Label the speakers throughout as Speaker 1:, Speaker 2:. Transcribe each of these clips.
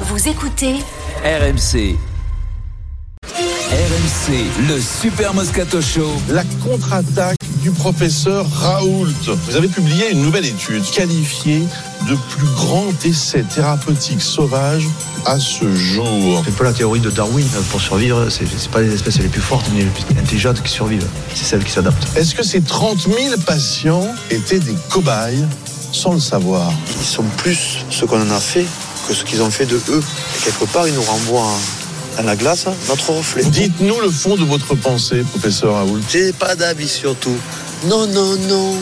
Speaker 1: Vous écoutez
Speaker 2: RMC. RMC, le Super Moscato Show.
Speaker 3: la contre-attaque du professeur Raoult. Vous avez publié une nouvelle étude qualifiée de plus grand essai thérapeutique sauvage à ce jour.
Speaker 4: C'est un peu la théorie de Darwin. euh, Pour survivre, c'est c'est pas les espèces les plus fortes ni les plus intelligentes qui survivent. C'est celles qui s'adaptent.
Speaker 3: Est-ce que ces 30 000 patients étaient des cobayes sans le savoir
Speaker 5: ils sont plus ce qu'on en a fait que ce qu'ils ont fait de eux. Et quelque part, ils nous renvoient dans la glace hein, notre reflet.
Speaker 3: Dites-nous le fond de votre pensée, professeur Raoult.
Speaker 5: J'ai pas d'avis sur tout. Non, non, non,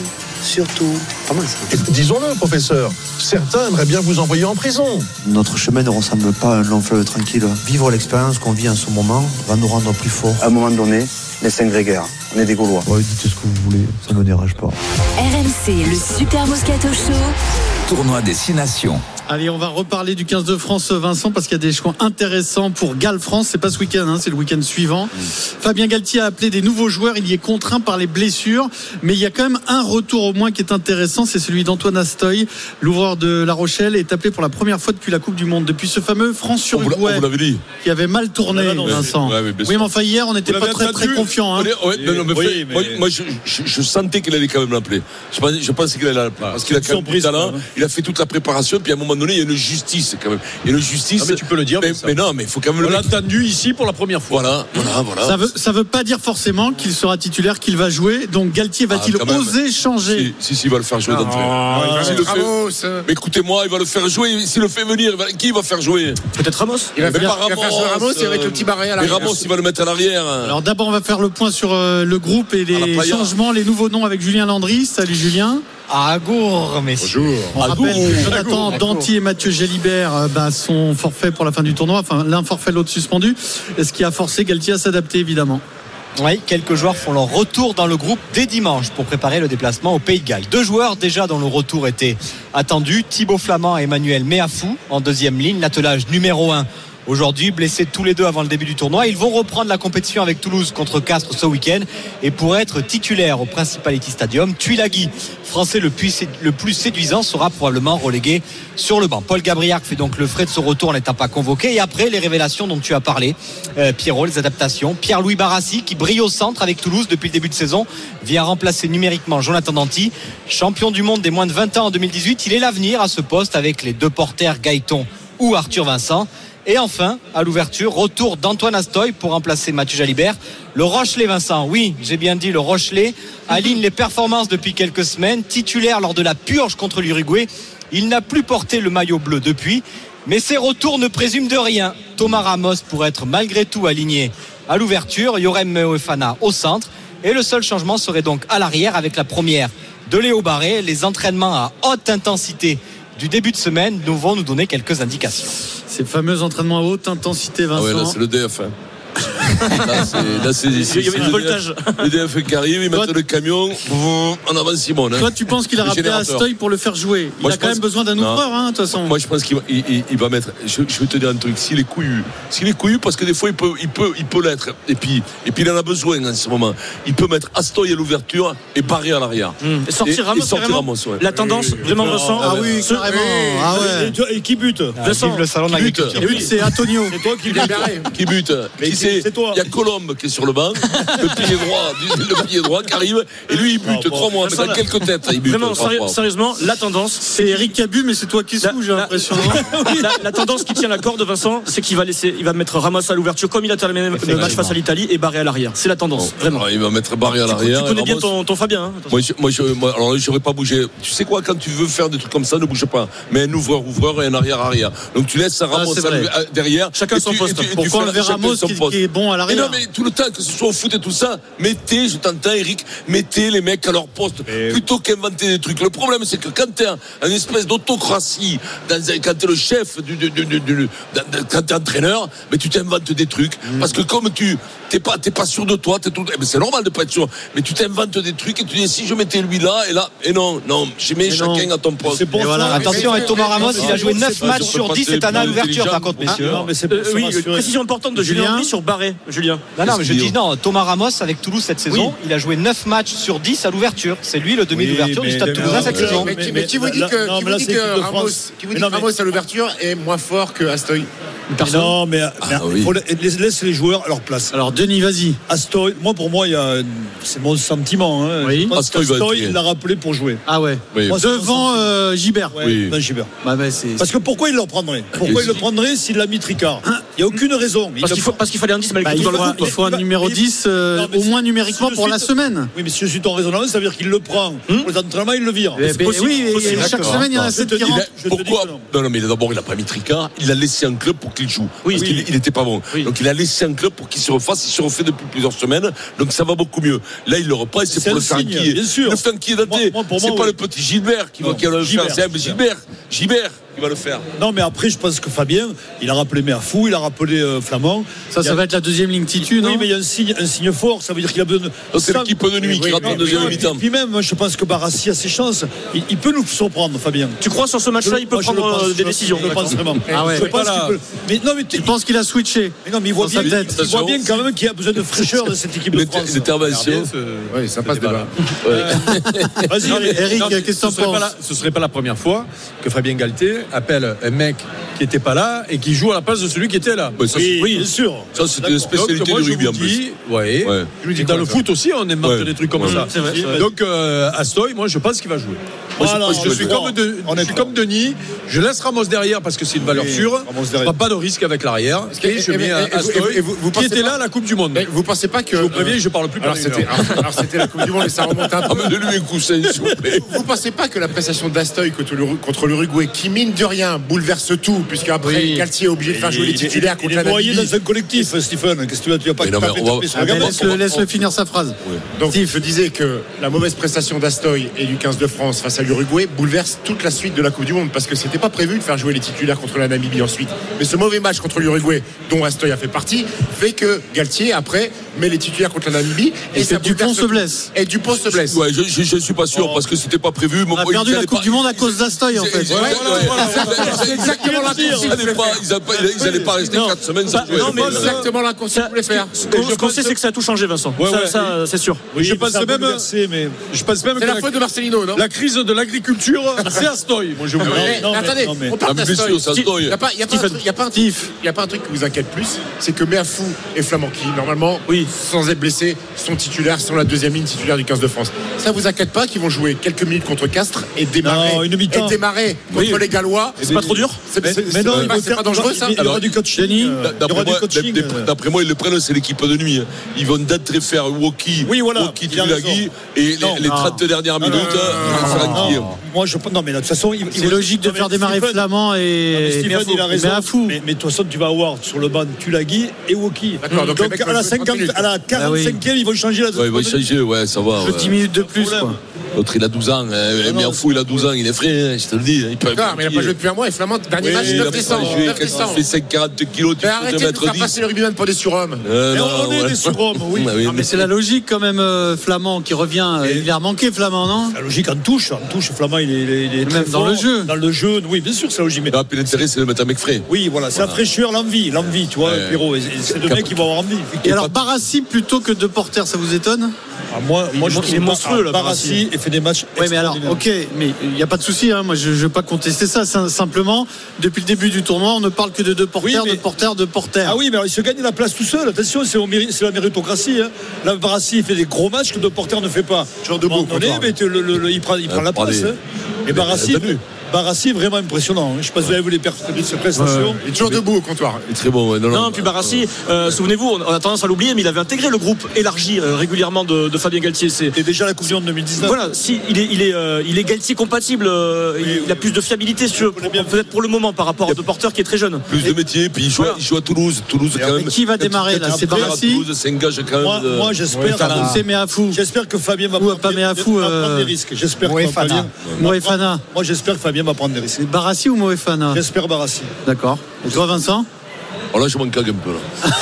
Speaker 5: surtout. Pas mal
Speaker 3: Et
Speaker 5: ça.
Speaker 3: Disons-le, professeur, certains aimeraient bien vous envoyer en prison.
Speaker 4: Notre chemin ne ressemble pas à un long fleuve tranquille. Vivre l'expérience qu'on vit en ce moment va nous rendre plus forts.
Speaker 5: À un moment donné, les saint grégaires, on est des Gaulois.
Speaker 4: Ouais, dites ce que vous voulez, ça ne me dérange pas.
Speaker 1: RMC, le Super Moscato Show.
Speaker 2: Tournoi des Six Nations.
Speaker 6: Allez, on va reparler du 15 de France, Vincent, parce qu'il y a des choix intéressants pour Galles-France. C'est pas ce week-end, hein, c'est le week-end
Speaker 7: Mm.
Speaker 6: suivant. Fabien Galtier a appelé des nouveaux joueurs. Il y est contraint par les blessures, mais il y a quand même un retour au moins qui est intéressant. C'est celui d'Antoine Astoy, l'ouvreur de La Rochelle, est appelé pour la première fois depuis la Coupe du Monde, depuis ce fameux France sur
Speaker 7: On vous l'a- on
Speaker 6: Uruguay
Speaker 7: vous l'avait dit.
Speaker 6: qui avait mal tourné,
Speaker 7: non, mais-
Speaker 6: Vincent.
Speaker 7: ouais, mais bien sûr.
Speaker 6: oui, mais enfin hier, on n'était
Speaker 7: Vous
Speaker 6: pas
Speaker 7: l'avez
Speaker 6: très
Speaker 7: attendu.
Speaker 6: très confiant. Hein.
Speaker 7: Allez, ouais, non, non, mais
Speaker 8: Oui,
Speaker 7: fait-
Speaker 8: mais-
Speaker 7: Moi, moi, je, je- je sentais qu'il allait quand même l'appeler. Je, pensais- je pensais qu'il allait l'appeler. Parce qu'il a
Speaker 8: c'est
Speaker 7: quand même
Speaker 8: une
Speaker 7: du
Speaker 8: surprise,
Speaker 7: talent.
Speaker 8: quoi. hein.
Speaker 7: Il a fait toute la préparation. Puis à un moment donné, il y a une justice quand même. Il y a une justice.
Speaker 8: Ah, mais tu peux le dire,
Speaker 7: Mais,
Speaker 8: mais ça.
Speaker 7: mais non, mais il faut quand même
Speaker 8: On
Speaker 7: le
Speaker 8: l'a
Speaker 7: mettre.
Speaker 8: entendu ici pour la première fois.
Speaker 7: Voilà, voilà, voilà.
Speaker 6: Ça veut, ça veut pas dire forcément qu'il sera titulaire, qu'il va jouer. Donc Galtier va-t-il
Speaker 7: Ah, quand même.
Speaker 6: oser changer
Speaker 7: Si, si, si, il va le faire jouer d'entrée.
Speaker 8: Ah,
Speaker 7: S'il le fait- Mais écoutez-moi, il va le faire jouer. S'il le fait venir, il va- qui va faire jouer
Speaker 8: Peut-être Ramos
Speaker 7: Il va faire, Ramos et avec le petit barré à l'arrière. Mais Ramos, il va le mettre à l'arrière.
Speaker 6: Alors d'abord, on va faire le point sur euh, le groupe et
Speaker 7: À Ah, la
Speaker 6: les
Speaker 7: playa.
Speaker 6: changements, les nouveaux noms avec Julien Landry. Salut Julien.
Speaker 8: Agour, messieurs.
Speaker 6: On rappelle que Jonathan Danti et Mathieu Gélibert euh, bah, sont forfaits pour la fin du tournoi. Enfin, l'un forfait, l'autre suspendu. Ce qui a forcé Galtier à s'adapter, évidemment.
Speaker 9: Oui, quelques joueurs font leur retour dans le groupe dès dimanche pour préparer le déplacement au Pays de Galles. Deux joueurs déjà dont le retour était attendu, Thibaut Flamand et Emmanuel Méafou en deuxième ligne, l'attelage numéro 1 aujourd'hui, blessés tous les deux avant le début du tournoi. Ils vont reprendre la compétition avec Toulouse contre Castres ce week-end et pour être titulaire au Principality Stadium, Tuilagi, français le plus, sé- le plus séduisant, sera probablement relégué sur le banc. Paul Gabriac fait donc le frais de ce retour en n'étant pas convoqué et après les révélations dont tu as parlé, euh, Pierrot, les adaptations, Pierre-Louis Barassi qui brille au centre avec Toulouse depuis le début de saison, vient remplacer numériquement Jonathan Danti, champion du monde des moins de 20 ans en 2018, il est l'avenir à ce poste avec les deux porteurs Gaëton ou Arthur Vincent. Et enfin, à l'ouverture, retour d'Antoine Astoy pour remplacer Mathieu Jalibert. Le Rochelet, Vincent, oui, j'ai bien dit, le Rochelet aligne les performances depuis quelques semaines. Titulaire lors de la purge contre l'Uruguay, il n'a plus porté le maillot bleu depuis. Mais ses retours ne présument de rien. Thomas Ramos pourrait être malgré tout aligné à l'ouverture, Yorem Meoefana au centre. Et le seul changement serait donc à l'arrière avec la première de Léo Barré. Les entraînements à haute intensité du début de semaine nous vont nous donner quelques indications.
Speaker 6: Ces fameux entraînements à haute intensité,
Speaker 7: Ah ouais, là,
Speaker 6: Vincent.
Speaker 7: c'est le DF. hein. Là, c'est- là, c'est ici.
Speaker 8: Il y avait du voltage.
Speaker 7: Le DF qui arrive, ils
Speaker 6: Toi,
Speaker 7: mettent le camion en avant Simone. hein.
Speaker 6: Toi, tu penses qu'il a
Speaker 7: Le
Speaker 6: rappelé
Speaker 7: générateur.
Speaker 6: Astoy pour le faire jouer Il
Speaker 7: Moi,
Speaker 6: a
Speaker 7: je
Speaker 6: quand
Speaker 7: pense-
Speaker 6: même besoin d'un
Speaker 7: Non.
Speaker 6: ouvreur, hein, de toute façon.
Speaker 7: Moi, je pense qu'il va, il, il- il va mettre. Je, je vais te dire un truc. S'il est couillu, s'il est couillu, parce que des fois, il peut, il peut, il peut l'être. Et puis, et puis, il en a besoin en ce moment. Il peut mettre Astoy à l'ouverture et Barré à l'arrière.
Speaker 6: Hmm.
Speaker 8: Et sortir
Speaker 7: Et- et
Speaker 8: Ramos,
Speaker 7: sortir
Speaker 8: carrément
Speaker 7: Ramos, ouais.
Speaker 8: La tendance, vraiment Vincent
Speaker 6: Ah oui, carrément. Ah ouais.
Speaker 8: Et qui bute Vincent.
Speaker 9: Vive le salon de
Speaker 7: Qui bute,
Speaker 9: l'agriculture.
Speaker 6: Et oui, c'est Antonio.
Speaker 8: C'est toi qui bute.
Speaker 7: qui bute.
Speaker 8: Mais
Speaker 7: Qui
Speaker 8: c'est-
Speaker 7: c'est
Speaker 8: c'est toi.
Speaker 7: Il y a Colombe qui est sur le banc, le pilier droit, du- le pilier droit qui arrive, et lui il
Speaker 8: Non,
Speaker 7: bute.
Speaker 8: Ah, bon.
Speaker 7: Crois-moi,
Speaker 8: Vincent,
Speaker 7: dans quelques têtes, il bute.
Speaker 8: Vraiment,
Speaker 7: trois
Speaker 8: sérieux-
Speaker 7: fois.
Speaker 8: sérieusement, la tendance.
Speaker 6: C'est Eric Cabu, mais c'est toi qui
Speaker 8: La,
Speaker 6: sous, j'ai
Speaker 8: la-
Speaker 6: l'impression.
Speaker 8: la- la tendance qui tient la corde, Vincent, c'est qu'il va laisser, il va mettre Ramos à l'ouverture comme il a terminé le match face à l'Italie et barré à l'arrière. C'est la tendance, vraiment.
Speaker 7: Alors, Ah, il va mettre Barré à
Speaker 8: Tu-
Speaker 7: l'arrière.
Speaker 8: Tu connais
Speaker 7: et
Speaker 8: bien
Speaker 7: Ramos-
Speaker 8: ton, ton Fabien. hein.
Speaker 7: Moi, je, moi, je, moi, alors là, j'aurais pas bougé. Tu sais quoi, quand tu veux faire des trucs comme ça, ne bouge pas. Mais un ouvreur, ouvreur et un arrière, arrière. Donc tu laisses ça
Speaker 6: Ah,
Speaker 7: Ramos
Speaker 6: c'est vrai.
Speaker 7: à- à- derrière.
Speaker 8: Chacun
Speaker 7: Et
Speaker 8: son
Speaker 7: tu-
Speaker 8: poste.
Speaker 7: et tu- et tu
Speaker 6: Pourquoi
Speaker 7: fais
Speaker 6: on le verra
Speaker 7: chacun
Speaker 6: Ramos
Speaker 7: son
Speaker 6: qui,
Speaker 7: poste.
Speaker 6: qui est bon à
Speaker 7: Mais non,
Speaker 6: l'arrière
Speaker 7: mais tout le temps, que ce soit au foot et tout ça, mettez, je t'entends, Eric, mettez les mecs à leur poste plutôt qu'inventer des trucs. Le problème, c'est que quand t'es un, un espèce d'autocratie, dans un- quand t'es le chef, du, du- du- du- du- d'un- d'un- quand t'es entraîneur, mais tu t'inventes des trucs. Parce que comme tu t'es pas, t'es pas sûr de toi, t'es tout, eh ben, c'est normal de pas être sûr, mais tu t'inventes des trucs et tu dis si je mettais lui là et là, et non, non, je mets
Speaker 6: non.
Speaker 7: chacun à ton poste.
Speaker 6: bon, Et
Speaker 7: Ah,
Speaker 6: voilà.
Speaker 9: Attention, avec Thomas Ramos, il a joué
Speaker 7: C'est
Speaker 9: 9
Speaker 7: pas
Speaker 9: matchs
Speaker 7: sûr,
Speaker 9: sur
Speaker 7: pas
Speaker 9: 10 cette
Speaker 7: plus
Speaker 9: année à l'ouverture,
Speaker 7: intelligent.
Speaker 9: par contre, messieurs.
Speaker 8: Euh, oui, une précision importante de Julien
Speaker 6: Julien
Speaker 8: Henry sur Barré. Julien
Speaker 9: Non, non,
Speaker 7: Qu'est-ce
Speaker 9: mais je
Speaker 7: qu'il
Speaker 9: dis
Speaker 7: dit hein
Speaker 9: non. Thomas Ramos, avec Toulouse cette saison, il a joué 9 matchs sur 10 à l'ouverture. C'est lui le demi
Speaker 10: Oui,
Speaker 9: d'ouverture du
Speaker 10: mais-
Speaker 9: Stade
Speaker 10: mais-
Speaker 9: Toulousain cette
Speaker 10: mais-
Speaker 9: saison. Ah,
Speaker 10: mais-
Speaker 11: Mais, qui- mais qui vous dit
Speaker 10: là-
Speaker 11: que,
Speaker 10: non,
Speaker 11: qui
Speaker 10: mais
Speaker 11: vous
Speaker 10: là,
Speaker 11: dit
Speaker 10: c'est
Speaker 11: que
Speaker 10: l'équipe de
Speaker 11: Ramos,
Speaker 10: France.
Speaker 11: qui vous dit
Speaker 10: Mais non,
Speaker 11: que
Speaker 10: mais-
Speaker 11: Ramos à l'ouverture est moins fort que Astoy
Speaker 6: Personne
Speaker 10: Non, mais,
Speaker 6: Ah
Speaker 10: mais
Speaker 7: oui.
Speaker 10: faut la- laisse, laisse les joueurs à leur place.
Speaker 6: Alors, Denis, vas-y.
Speaker 10: Astoy, moi pour moi, il y a, c'est mon sentiment. Hein.
Speaker 6: Oui.
Speaker 10: Je pense
Speaker 7: Astoy va
Speaker 10: qu'Astoy,
Speaker 7: être-
Speaker 10: il l'a rappelé pour jouer.
Speaker 6: Ah ouais.
Speaker 7: Oui.
Speaker 10: Moi, c'est mon
Speaker 6: Devant euh, Gilbert.
Speaker 10: Ouais,
Speaker 7: Oui.
Speaker 10: Ben Gilbert.
Speaker 6: Bah, bah, c'est.
Speaker 10: Parce que pourquoi il le prendrait Pourquoi il le prendrait s'il l'a mis Tricard
Speaker 6: Hein
Speaker 10: Il n'y a aucune raison. Il
Speaker 8: Parce
Speaker 10: le
Speaker 8: qu'il faut- parce qu'il fallait un 10 malgré
Speaker 10: Bah,
Speaker 8: tout
Speaker 10: il
Speaker 8: dans le
Speaker 10: faut-
Speaker 8: groupe.
Speaker 6: Il faut un
Speaker 10: Mais-
Speaker 6: numéro
Speaker 10: mais-
Speaker 6: 10, euh,
Speaker 10: Non, mais
Speaker 6: au
Speaker 10: si-
Speaker 6: moins
Speaker 10: si
Speaker 6: numériquement,
Speaker 10: je
Speaker 6: pour
Speaker 10: suis
Speaker 6: la
Speaker 10: ton-
Speaker 6: semaine. Hmm
Speaker 10: Oui, mais si je suis ton raisonnement, ça veut dire qu'il le prend pour les entraînements, il le vire.
Speaker 6: Eh ben,
Speaker 10: possible,
Speaker 6: oui, et- et
Speaker 10: possible.
Speaker 6: chaque
Speaker 10: D'accord.
Speaker 6: semaine, il y en a
Speaker 10: Je
Speaker 6: sept
Speaker 10: te
Speaker 6: qui
Speaker 10: dis que
Speaker 6: rentrent.
Speaker 10: non. Je te dis que
Speaker 7: Pourquoi
Speaker 10: non.
Speaker 7: Non, non, mais d'abord, il n'a pas mis Tricard. Il l'a laissé en club pour qu'il joue.
Speaker 8: Oui.
Speaker 7: parce qu'il il n'était pas bon.
Speaker 8: Oui.
Speaker 7: Donc, il a laissé en club pour qu'il se refasse. Il se refait depuis plusieurs semaines. Donc, ça va beaucoup mieux. Là, il le reprend et c'est
Speaker 10: C'est
Speaker 7: pour le
Speaker 10: un
Speaker 7: faire
Speaker 10: signe, bien sûr.
Speaker 7: Le faire qui est
Speaker 10: Moi-
Speaker 7: daté.
Speaker 10: moi, pour
Speaker 7: C'est
Speaker 10: moi,
Speaker 7: pas
Speaker 10: oui.
Speaker 7: le petit Gilbert qui va
Speaker 10: Non,
Speaker 7: qui va le faire.
Speaker 10: Gilbert,
Speaker 7: C'est un Gilbert. Gilbert qui va le faire.
Speaker 10: Non, mais après, je pense que Fabien, il a rappelé Merfou, il a rappelé euh, Flamand.
Speaker 6: Ça,
Speaker 10: Il y a-
Speaker 6: ça va être la deuxième ligne titu, non
Speaker 10: Oui, mais il y a un signe, un signe fort, ça veut dire qu'il a besoin de.
Speaker 7: Donc, C'est
Speaker 10: Ça-
Speaker 7: l'équipe de nuit qui rentre en deuxième
Speaker 10: Et
Speaker 7: mi-temps.
Speaker 10: puis même, je pense que Barassi a ses chances. Il, il peut nous surprendre, Fabien.
Speaker 8: Tu crois sur ce match-là, il peut
Speaker 10: Moi, je le
Speaker 8: prendre
Speaker 10: pense,
Speaker 8: euh,
Speaker 10: je-
Speaker 8: des décisions
Speaker 10: Je le pense vraiment.
Speaker 6: Ah ouais.
Speaker 10: Je pense qu'il peut- Mais non, mais, tu-
Speaker 6: Je pense qu'il a switché.
Speaker 10: mais non, mais il voit
Speaker 6: Dans sa
Speaker 10: bien,
Speaker 6: tête.
Speaker 10: il voit bien quand même qu'il y a besoin de fraîcheur de cette équipe de France.
Speaker 7: L'intervention.
Speaker 11: Oui, ça passe débat.
Speaker 10: Vas-y,
Speaker 6: Non, mais
Speaker 10: Eric.
Speaker 6: Eric, qu'est-ce que
Speaker 11: ce serait
Speaker 6: t'en
Speaker 11: pas
Speaker 6: penses
Speaker 11: la- ce serait pas la première fois que Fabien Galté appelle un mec qui n'était pas là et qui joue à la place de celui qui était là.
Speaker 7: Ouais, Bah, ça,
Speaker 10: Oui,
Speaker 7: c'est-
Speaker 10: bien sûr.
Speaker 7: Ça, c'est une
Speaker 11: Donc,
Speaker 7: spécialité
Speaker 11: moi,
Speaker 7: du
Speaker 11: je
Speaker 7: rugby
Speaker 11: vous
Speaker 7: en plus.
Speaker 11: dis, ouais.
Speaker 7: Ouais.
Speaker 11: Je lui dis, dans le foot aussi, on invente
Speaker 7: Ouais.
Speaker 11: des trucs comme
Speaker 7: Ouais.
Speaker 11: ça.
Speaker 8: C'est vrai, c'est vrai.
Speaker 11: Donc, euh, Astoy, moi, je pense qu'il va jouer.
Speaker 10: Moi,
Speaker 11: Moi,
Speaker 10: alors,
Speaker 11: je, je
Speaker 10: je
Speaker 11: suis
Speaker 10: crois.
Speaker 11: comme, de-
Speaker 10: On
Speaker 11: je
Speaker 10: est
Speaker 11: suis
Speaker 10: trois.
Speaker 11: comme Denis. Je laisse Ramos derrière parce que c'est une valeur
Speaker 10: Oui,
Speaker 11: sûre.
Speaker 10: Ramos
Speaker 11: Je
Speaker 10: derrière.
Speaker 11: prends pas de risque avec l'arrière.
Speaker 10: que-
Speaker 11: Et je
Speaker 10: et-
Speaker 11: mets
Speaker 10: et-
Speaker 11: un
Speaker 10: et- et-
Speaker 11: Astoy
Speaker 10: et vous- vous
Speaker 11: qui
Speaker 10: pensez
Speaker 11: était
Speaker 10: pas-
Speaker 11: là à la Coupe du Monde.
Speaker 10: vous pensez pas que. euh,
Speaker 11: Je vous préviens, je parle plus hein. pendant
Speaker 10: alors,
Speaker 11: une
Speaker 10: c'était-
Speaker 11: heure.
Speaker 10: alors, c'était la Coupe du Monde, mais ça remonte un peu.
Speaker 7: Amenez-lui un coussin, s'il vous plaît.
Speaker 10: Vous pensez pas que la prestation d'Astoy contre l'Uru- contre l'Uruguay, qui mine de rien bouleverse tout, puisque après Galtier est obligé de faire jouer les titulaires contre la Namibie. Il est dans un collectif, Stephen. Qu'est-ce que tu vas, tu vas pas
Speaker 7: Mais non, mais on va-
Speaker 10: sur
Speaker 6: Ah,
Speaker 10: le
Speaker 6: mais
Speaker 10: gamin.
Speaker 6: Laisse-le laisse-le finir sa phrase.
Speaker 10: Donc, je disais que la mauvaise prestation d'Astoy et du 15 de France face à l'Uruguay bouleverse toute la suite de la Coupe du Monde parce que c'était pas prévu de faire jouer les titulaires contre la Namibie ensuite. Mais ce mauvais match contre l'Uruguay, dont Astoy a fait partie, fait que Galtier, après, met les titulaires contre la Namibie
Speaker 6: Et que
Speaker 10: ça
Speaker 6: Dupont
Speaker 10: bouleverse
Speaker 6: se
Speaker 10: tout.
Speaker 6: blesse.
Speaker 10: Et Dupont se blesse.
Speaker 7: Ouais, je, je, je suis pas sûr parce que c'était pas prévu.
Speaker 6: On a perdu la Coupe du Monde à cause d'Astoy, en fait.
Speaker 7: Ils n'allaient
Speaker 10: C'est exactement la consigne que je voulais
Speaker 7: pas,
Speaker 10: faire.
Speaker 7: ils allaient pas- ils allaient pas rester
Speaker 8: Non.
Speaker 7: 4 semaines
Speaker 8: Bah,
Speaker 7: sans jouer.
Speaker 8: non, mais
Speaker 7: Euh,
Speaker 8: ça-
Speaker 10: Exactement la consigne que je voulais faire.
Speaker 8: Ce qu'on- ce qu'on sait, c'est que ça a tout changé, Vincent.
Speaker 11: Ouais,
Speaker 8: ça,
Speaker 11: ouais.
Speaker 8: ça, euh, c'est sûr.
Speaker 11: Oui, je pense
Speaker 10: ça a
Speaker 11: même.
Speaker 6: euh,
Speaker 10: bouleversé,
Speaker 11: Je pense même que
Speaker 10: C'est la
Speaker 11: la-
Speaker 10: faute de Marcelino, non
Speaker 11: la crise de l'agriculture, c'est Astoy. Moi, je vous
Speaker 10: Non,
Speaker 11: le dis.
Speaker 10: mais- non, mais-
Speaker 11: Attendez,
Speaker 10: non, mais-
Speaker 11: on
Speaker 7: Ah, mais bien sûr, ça se doit.
Speaker 10: Il n'y a, pas- y a pas un truc- y a pas un truc- y a pas un truc qui vous inquiète plus, c'est que Méafou et Flamand qui, normalement,
Speaker 8: Oui.
Speaker 10: sans être blessés, sont titulaires, sont la deuxième ligne titulaire du 15 de France. Ça vous inquiète pas qu'ils vont jouer quelques minutes contre Castres et démarrer,
Speaker 11: Non, une
Speaker 10: et
Speaker 11: mi-temps.
Speaker 10: démarrer contre les Gallois
Speaker 8: C'est pas trop dur
Speaker 10: C'est c'est- c'est pas, c'est pas dangereux ça
Speaker 7: Alors,
Speaker 10: du coaching.
Speaker 7: D'après moi, d'après-
Speaker 10: euh.
Speaker 7: d'après moi, ils le prennent, c'est l'équipe de nuit. hein. Ils vont d'entrée faire Woki,
Speaker 10: Oui, voilà,
Speaker 7: Woki
Speaker 10: il a
Speaker 7: Tulagi,
Speaker 10: raison.
Speaker 7: et les, les 30 dernières minutes, hein,
Speaker 10: non,
Speaker 7: ils vont faire un tir.
Speaker 10: Moi, je non, mais de toute façon,
Speaker 6: C'est logique de faire démarrer Flamand et
Speaker 10: Stephen, il a raison.
Speaker 6: Mais à fou.
Speaker 10: Mais, mais de toute façon, tu vas avoir sur le banc Tulagi et Woki. Donc, à, la 50 à la 45e,
Speaker 6: Ah
Speaker 10: ils vont changer la
Speaker 7: Ouais, ils vont changer, ouais, ça va.
Speaker 6: Je veux
Speaker 7: ouais.
Speaker 6: 10 minutes de plus, quoi.
Speaker 7: L'autre, il a 12 ans. hein, Mais en fou, il a 12 ans, il est frais, hein, je te le dis. hein, il peut-
Speaker 10: depuis un mois et Flamand, dernier
Speaker 7: Oui, il a pas joué, quand tu fais 5,40 kilos, tu peux te mettre 10.
Speaker 10: le rugbyman pour des surhommes.
Speaker 7: Euh,
Speaker 10: Mais
Speaker 7: non,
Speaker 10: on est
Speaker 7: ouais.
Speaker 10: des surhommes, oui.
Speaker 7: Ah
Speaker 6: Non, mais c'est la logique, quand même, euh, Flamand qui revient. euh, Il a manqué, Flamand, non
Speaker 10: La logique en touche, en touche, Flamand, il est, il est- il est
Speaker 6: Même
Speaker 10: très
Speaker 6: dans
Speaker 10: fort.
Speaker 6: le jeu.
Speaker 10: Dans le jeu, oui, bien sûr, c'est la logique. Mais...
Speaker 7: Ah, puis l'intérêt, c'est de mettre un mec frais.
Speaker 10: Oui, voilà, c'est la fraîcheur, l'envie, l'envie, tu vois,
Speaker 7: Ouais.
Speaker 10: Pierrot. et- et C'est deux mecs qui vont avoir envie.
Speaker 6: Et alors, Barassi plutôt que deux porteurs, ça vous étonne
Speaker 10: Ah, moi, moi,
Speaker 8: il
Speaker 10: je
Speaker 8: est
Speaker 10: trouve
Speaker 8: monstrueux,
Speaker 10: pas-
Speaker 8: là,
Speaker 10: Barassi
Speaker 8: Barassi.
Speaker 10: et fait des matchs.
Speaker 6: Oui, mais alors, ok, mais il n'y a pas de souci. hein, moi, je ne vais pas contester ça. Sim- Simplement, depuis le début du tournoi, on ne parle que de deux porteurs,
Speaker 10: mais-
Speaker 6: de porteurs, de porteurs.
Speaker 10: Ah oui, mais alors il se gagne la place tout seul. Attention, c'est, au méri- c'est la méritocratie. Hein. Là, Barassi, il fait des gros matchs que de porter ne fait pas. Genre de mais tu- le- le- le- il prend, il prend la
Speaker 7: prend
Speaker 10: place.
Speaker 7: des-
Speaker 10: hein. Et Barassi,
Speaker 7: t'as vu
Speaker 10: Barassi est vraiment impressionnant. hein. Je ne sais pas si vous avez vu les per- ses prestations. Il est toujours debout au comptoir.
Speaker 7: Il est très bon. ouais, Non,
Speaker 8: Non, puis Barassi, euh, souvenez-vous, on on a tendance à l'oublier, mais il avait intégré le groupe élargi euh, régulièrement de, de Fabien Galtier. C'est
Speaker 10: Et déjà la Coupe du Monde 2019.
Speaker 8: voilà, si il est, il est, euh, il est Galtier compatible, euh, il, il a plus de fiabilité, si tu veux, pour- peut-être pour le moment par rapport à De Porter qui est très jeune.
Speaker 7: Plus de métier, puis il joue,
Speaker 8: Voilà.
Speaker 7: il joue à Toulouse. Toulouse, quand même.
Speaker 6: qui va
Speaker 7: Quand tu-
Speaker 6: démarrer,
Speaker 7: quand
Speaker 6: là,
Speaker 7: tu
Speaker 6: c'est
Speaker 7: démarres à
Speaker 6: Barassi
Speaker 7: Toulouse, c'est un gage quand même.
Speaker 10: Moi,
Speaker 7: de-
Speaker 10: moi, j'espère,
Speaker 6: Fana. C'est mais à fou.
Speaker 10: j'espère que Fabien va
Speaker 6: Ou à
Speaker 10: prendre, des,
Speaker 6: Pamea Fou,
Speaker 10: va prendre
Speaker 6: euh,
Speaker 10: des risques. J'espère
Speaker 9: Moé
Speaker 10: que
Speaker 9: Fana.
Speaker 10: Fabien-
Speaker 6: Moé Fana.
Speaker 10: Moi, j'espère que Fabien va prendre des risques.
Speaker 6: Barassi ou Moefana
Speaker 10: J'espère Barassi.
Speaker 6: D'accord. Et toi, Vincent
Speaker 7: Voilà, je m'en cague un peu. Oh Là.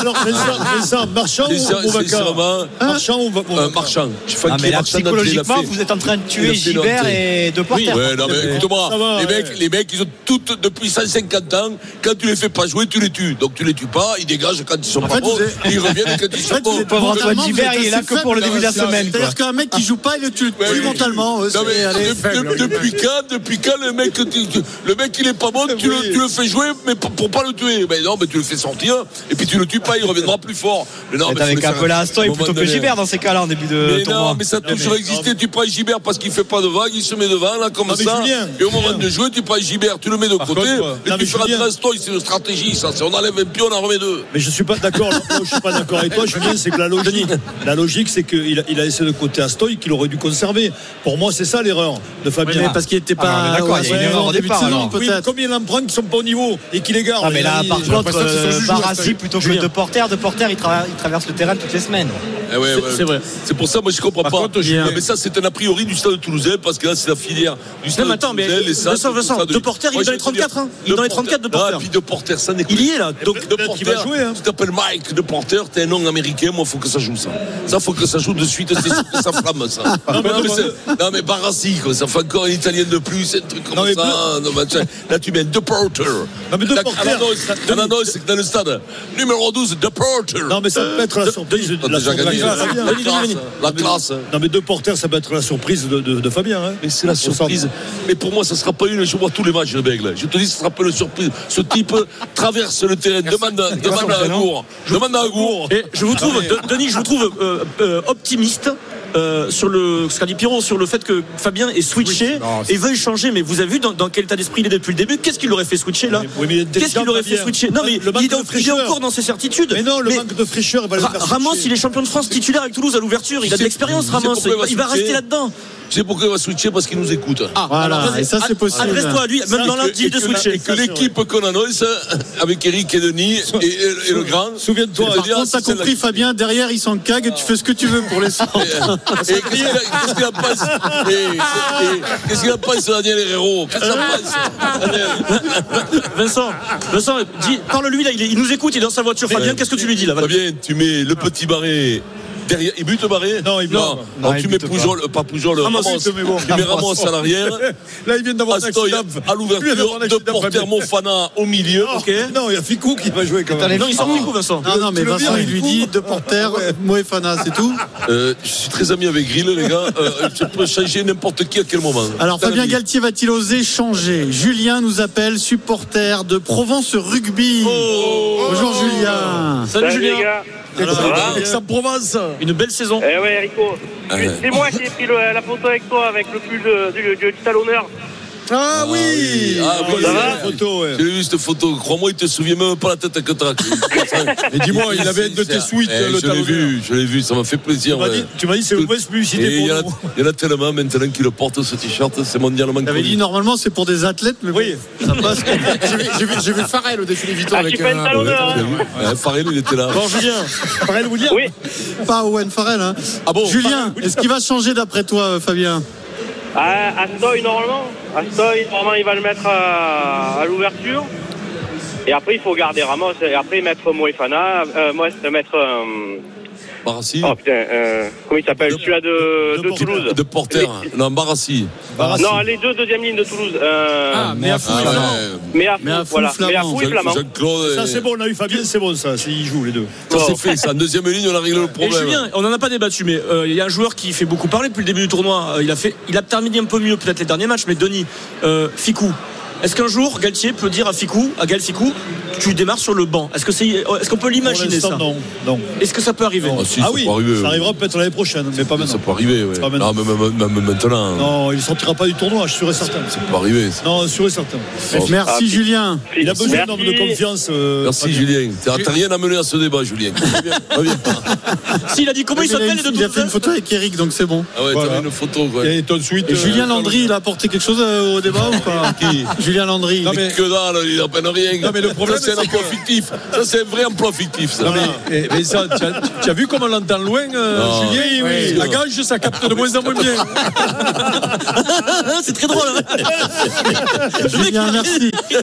Speaker 12: Alors, Vincent, Vincent, marchand
Speaker 7: C'est ça,
Speaker 12: ou Boubacar
Speaker 7: sincèrement.
Speaker 6: Hein
Speaker 12: Marchand ou Boubacar
Speaker 7: Euh, Marchand. Je suis fan
Speaker 9: Ah,
Speaker 7: qui
Speaker 9: mais
Speaker 7: est
Speaker 9: là,
Speaker 7: Marchand d'Antelé,
Speaker 9: psychologiquement,
Speaker 7: il a fait.
Speaker 9: vous êtes en train de tuer
Speaker 7: Il a fait
Speaker 9: Gilbert
Speaker 7: l'entrée.
Speaker 9: et Deporter.
Speaker 7: Oui, ouais, non, mais écoute-moi,
Speaker 9: Ça va,
Speaker 7: les,
Speaker 9: ouais.
Speaker 7: mecs, les mecs, ils ont toutes, depuis 150 ans, quand tu les fais pas jouer, tu les tues. Donc tu les tues pas, ils dégagent quand ils sont
Speaker 6: En
Speaker 7: pas
Speaker 6: fait,
Speaker 7: bons,
Speaker 6: vous êtes-
Speaker 7: ils reviennent quand ils
Speaker 6: En
Speaker 7: sont
Speaker 6: fait, vous
Speaker 7: bons.
Speaker 6: êtes mentalement, vous êtes assez faible. C'est-à-dire
Speaker 7: quoi.
Speaker 6: qu'un mec qui joue pas, il le tue
Speaker 7: Ouais,
Speaker 6: plus
Speaker 7: oui.
Speaker 6: mentalement.
Speaker 7: Non,
Speaker 6: c'est-
Speaker 7: mais
Speaker 6: allez.
Speaker 7: de- de- depuis quand, depuis quand le mec, tu- tu- le mec il est pas bon, tu, le, tu le fais jouer, mais pour, pour pas le tuer. Mais non, mais tu le fais sortir, et puis tu le tues pas, il reviendra plus fort. Mais non,
Speaker 9: Vous
Speaker 7: mais
Speaker 9: êtes
Speaker 7: faut
Speaker 9: avec
Speaker 7: le
Speaker 9: un
Speaker 7: faire.
Speaker 9: peu la
Speaker 7: À
Speaker 9: Astoy
Speaker 7: un moment
Speaker 9: plutôt que
Speaker 7: donné.
Speaker 9: Gilbert euh, dans ces cas-là en début de
Speaker 7: Mais
Speaker 9: tournoi.
Speaker 7: non, mais ça a toujours existé. Tu prends Gibert parce qu'il fait pas devant, il se met devant, là, comme
Speaker 9: Non, mais
Speaker 7: ça.
Speaker 9: Julien,
Speaker 7: et au moment de jouer, tu prends Gibert, tu le mets de côté,
Speaker 12: contre, quoi.
Speaker 7: et
Speaker 12: Non,
Speaker 7: tu
Speaker 12: mais
Speaker 7: feras
Speaker 12: Julien-
Speaker 7: Drastoy, c'est une stratégie, ça. C'est on enlève un pion, on en remet deux.
Speaker 12: Mais je suis pas d'accord. là où je suis pas d'accord avec toi, Julien. C'est que la logique, la logique, c'est qu'il a, il a laissé de côté Astoy qu'il aurait dû conserver. Pour moi, c'est ça l'erreur de Fabien.
Speaker 6: Oui, mais parce qu'il était pas Ah, on est d'accord, au- il y a une au erreur au début départ, de saison, alors.
Speaker 12: Oui, mais combien d'empreintes qui sont pas au niveau et qui les gardent
Speaker 9: Ah, mais là,
Speaker 12: Il-
Speaker 9: par
Speaker 12: j'ai
Speaker 9: contre,
Speaker 12: l'impression qu'ils sont
Speaker 9: euh,
Speaker 12: juges,
Speaker 9: Barassi
Speaker 12: Astoy.
Speaker 9: plutôt que
Speaker 12: Julien.
Speaker 9: Deporter. Deporter, il, tra- il traverse le terrain toutes les semaines.
Speaker 7: Eh ouais, ouais.
Speaker 9: c'est vrai.
Speaker 7: C'est pour ça, moi, je comprends pas.
Speaker 9: contre, Julien-
Speaker 7: Ah, mais ça, c'est un a priori du stade de Toulousain, parce que là, c'est la filière du stade
Speaker 10: mais attends,
Speaker 7: de
Speaker 10: mais
Speaker 7: Toulousain. les
Speaker 10: Vincent,
Speaker 7: Saintes,
Speaker 10: Vincent,
Speaker 7: tout ça,
Speaker 10: De Porter, il est
Speaker 7: Moi,
Speaker 10: dans
Speaker 7: je
Speaker 10: les
Speaker 7: veux dire,
Speaker 10: 34, hein. Il est dans les 34, De Porter.
Speaker 7: Ah, puis De Porter, ça n'est Il y est, là. Donc, De Porter, tu t'appelles Mike De Porter, t'es un nom américain, moi, faut que ça joue, ça. Ça, faut que ça joue de suite, c'est sûr que ça flamme, ça. Non, mais, non, mais c'est- non, mais Barassi, quoi. Ça fait encore un italien de plus, c'est un truc comme
Speaker 12: Non, mais
Speaker 7: ça. Non, mais tiens, là, tu mets De Porter.
Speaker 12: Non, mais De
Speaker 7: Là,
Speaker 12: Porter,
Speaker 7: à l'annonce- à l'annonce, c'est que dans le stade. Numéro 12, De Porter.
Speaker 12: Non, mais ça peut être la surprise de
Speaker 7: T'as
Speaker 12: la
Speaker 7: déjà
Speaker 12: surprise
Speaker 7: gagné.
Speaker 12: de Fabien.
Speaker 7: La classe, La classe.
Speaker 12: Non, mais deux porteurs, ça peut être la surprise de, de- de Fabien. hein.
Speaker 7: Mais c'est la surprise. Mais pour moi, ça ne sera pas une. Je vois tous les matchs de Bègle. Je te dis, ce ne sera pas une surprise. Ce type traverse le terrain, demande, à- demande à Agour. Demande à Agour. Ah,
Speaker 10: Et je vous trouve, De- Denis, je vous trouve euh, euh, optimiste. euh, sur le ce qu'a dit Piron sur le fait que Fabien est switché et veuille changer mais vous avez vu dans, dans quel état d'esprit il est depuis le début qu'est-ce qu'il aurait fait switcher là
Speaker 12: Oui, mais il est
Speaker 10: qu'est-ce
Speaker 12: intelligent,
Speaker 10: qu'il aurait fait
Speaker 12: Fabien.
Speaker 10: switcher non mais
Speaker 12: Le manque
Speaker 10: il est, en-
Speaker 12: de
Speaker 10: il est
Speaker 12: fraîcheur.
Speaker 10: encore dans ses certitudes
Speaker 12: Mais non, le manque de fraîcheur, il va le
Speaker 10: Ra-
Speaker 12: faire
Speaker 10: Ramos
Speaker 12: switcher.
Speaker 10: il est champion de France titulaire avec Toulouse à l'ouverture il a de l'expérience
Speaker 7: Tu sais
Speaker 10: Ramos
Speaker 7: pourquoi
Speaker 10: il va
Speaker 7: switcher
Speaker 10: rester là-dedans
Speaker 7: Tu sais pourquoi il va switcher Parce qu'il nous écoute.
Speaker 10: Ah, Voilà, alors vas-y, et ça, c'est ad- possible. adresse-toi à lui, même
Speaker 7: Et
Speaker 10: dans
Speaker 7: que-
Speaker 10: lundi,
Speaker 7: et
Speaker 10: de
Speaker 7: que
Speaker 10: switcher.
Speaker 7: la- Et que l'équipe qu'on annonce, euh, avec Eric et Denis et, et- et le grand.
Speaker 6: Par
Speaker 7: c'est-à-dire,
Speaker 6: contre, t'as
Speaker 7: c'est
Speaker 6: compris,
Speaker 7: la-
Speaker 6: Fabien, derrière, il s'en cague, tu fais ce que tu veux pour les
Speaker 7: Et, et qu'est-ce qu'il a- qu'est-ce qu'il a pensé Et- et- Qu'est-ce qu'il a pensé, Daniel Herrero Qu'est-ce qu'il
Speaker 10: Hein
Speaker 7: a pensé
Speaker 10: Vincent Vincent dis- parle-lui là il, est- il nous écoute il est dans sa voiture Fabien
Speaker 7: Ouais.
Speaker 10: qu'est-ce que tu lui dis là va-
Speaker 7: Fabien, tu mets le petit barré. Derrière, il bute barré Non, il
Speaker 10: bute.
Speaker 7: Non, Oh,
Speaker 10: Non,
Speaker 7: tu
Speaker 10: il
Speaker 7: mets
Speaker 10: bute
Speaker 7: Poujol, euh, pas, Poujol,
Speaker 13: Ramos,
Speaker 7: Ramos.
Speaker 13: il te met bon.
Speaker 7: Tu mets Ramos à l'arrière.
Speaker 13: Là, il vient d'avoir un
Speaker 7: Astoy
Speaker 13: accident. Il
Speaker 7: à
Speaker 13: vient
Speaker 7: l'ouverture,
Speaker 13: d'avoir un
Speaker 7: de
Speaker 13: accident,
Speaker 7: porter
Speaker 13: Fabien.
Speaker 7: Mofana au milieu.
Speaker 13: Ok. Non, il y a Ficou qui va jouer quand
Speaker 6: Attends, les
Speaker 13: même.
Speaker 6: Non, il sort
Speaker 7: Ah.
Speaker 6: Ficou,
Speaker 10: Vincent.
Speaker 6: Non, non, mais Vincent, il lui dit De Porter, Moefana, c'est tout.
Speaker 7: Euh, je suis très ami avec Grill, les gars. Euh, je peux changer n'importe qui à quel moment.
Speaker 6: Alors
Speaker 7: Très
Speaker 6: Fabien
Speaker 7: ami.
Speaker 6: Galtier va-t-il oser changer Julien nous appelle, supporter de Provence Rugby.
Speaker 7: Oh.
Speaker 6: Bonjour Julien.
Speaker 14: les gars.
Speaker 7: Ah,
Speaker 6: Provence.
Speaker 10: une belle saison
Speaker 14: Eh ouais, Rico.
Speaker 10: Ah ouais.
Speaker 14: C'est moi qui ai pris le- la photo avec toi, avec le pull de- du, du- du talonneur.
Speaker 6: Ah
Speaker 7: oui Ah
Speaker 14: Ça
Speaker 7: oui, oui,
Speaker 14: va
Speaker 7: oui. J'ai vu cette photo, crois-moi, il te souvient même pas la tête que t'as.
Speaker 13: Mais dis-moi, il avait une de tes suites,
Speaker 7: Eh,
Speaker 13: le
Speaker 7: Je l'ai
Speaker 13: talonneur.
Speaker 7: vu, je l'ai vu, ça m'a fait plaisir.
Speaker 13: Tu m'as
Speaker 7: ouais.
Speaker 13: dit- tu m'as dit, c'est une mauvaise publicité
Speaker 7: Et
Speaker 13: pour
Speaker 7: il y en a-
Speaker 13: nous.
Speaker 7: Il y en a tellement maintenant qui le portent, ce t-shirt, c'est mondialement
Speaker 6: T'avais dit
Speaker 7: connu.
Speaker 6: normalement c'est pour des athlètes, mais oui, ça passe.
Speaker 15: J'ai vu- j'ai vu, j'ai vu Farrell au défilé Vuitton
Speaker 6: Ah,
Speaker 15: avec
Speaker 6: tu fais le talonneur, hein.
Speaker 7: Ouais, Farrell, Euh, il était là.
Speaker 6: Bon Julien, Farrell William Oui. Pas Owen Farrell. Hein. Julien, est-ce qu'il va changer d'après toi euh, Fabien
Speaker 14: Ah, Astoy, normalement. Astoy, normalement, il va le mettre à, à l'ouverture. Et après, il faut garder Ramos. Et après, mettre Moefana. Euh, moi, c'est mettre. euh, Oh putain, euh, comment il s'appelle Celui-là de, de Toulouse.
Speaker 7: De porter, non, Barassi. Barassi.
Speaker 14: Non, les deux deuxième ligne de Toulouse. Euh... Ah,
Speaker 7: mais à fou, Ah, Flamand. ouais.
Speaker 14: Mais à fou,
Speaker 7: Mais à fou,
Speaker 14: voilà.
Speaker 7: Flamand.
Speaker 14: Mais à fou et
Speaker 7: Je-
Speaker 14: Flamand.
Speaker 7: Jean-Claude
Speaker 12: Ça,
Speaker 7: et-
Speaker 12: c'est bon, on a eu Fabien, c'est bon, ça. c'est- Ils jouent les deux.
Speaker 7: Ça c'est fait, ça. Deuxième ligne, on a réglé le
Speaker 10: Et
Speaker 7: problème.
Speaker 10: Julien, on n'en a pas débattu, mais euh, il y a un joueur qui fait beaucoup parler depuis le début du tournoi. Euh, il, a fait, il a terminé un peu mieux peut-être les derniers matchs, mais Denis, euh, Ficou. Est-ce qu'un jour Galtier peut dire à Ficou, à Gal Ficou, tu démarres sur le banc Est-ce que c'est, est-ce qu'on peut
Speaker 12: Pour
Speaker 10: l'imaginer
Speaker 12: l'instant,
Speaker 10: ça
Speaker 12: non, non.
Speaker 10: Est-ce que ça peut arriver
Speaker 7: Ah, si,
Speaker 12: ah
Speaker 7: ça
Speaker 12: oui,
Speaker 7: peut arriver, oui.
Speaker 12: ça arrivera peut-être l'année prochaine, mais pas maintenant.
Speaker 7: Ça peut arriver, ouais.
Speaker 12: Pas maintenant.
Speaker 7: Non, mais même- même maintenant.
Speaker 12: Non, il ne sortira pas du tournoi, je suis sûr et certain.
Speaker 7: Ça peut arriver. ça.
Speaker 12: Non, sûr et certain.
Speaker 7: Merci, Ah,
Speaker 6: Julien.
Speaker 12: Il a besoin d'un homme de
Speaker 7: Merci.
Speaker 12: confiance. euh,
Speaker 7: Merci
Speaker 12: Fabien.
Speaker 7: Julien. T'as t'as rien à mener à ce débat, Julien. Reviens, reviens.
Speaker 10: S'il a dit comment il
Speaker 6: a
Speaker 10: s'appelle
Speaker 6: une- Il a fait une photo avec Eric, donc c'est bon.
Speaker 7: Ah ouais, t'as mis une photo, quoi.
Speaker 6: Et
Speaker 7: euh,
Speaker 6: Julien Landry, il a apporté quelque chose euh, au débat ou pas Julien Landry.
Speaker 7: Non, mais que dalle, il n'en peine rien.
Speaker 13: Non, mais le problème,
Speaker 7: Ça, c'est un
Speaker 13: c'est
Speaker 7: emploi fictif. Ça, c'est un vrai emploi fictif, ça.
Speaker 13: Non, mais, eh, mais ça, tu as, tu as vu comment on l'entend loin, euh,
Speaker 7: Non.
Speaker 13: Julien
Speaker 7: Oui, oui.
Speaker 13: La gage, ça capte de moins en moins bien.
Speaker 10: c'est très drôle. hein.
Speaker 6: Julien, merci.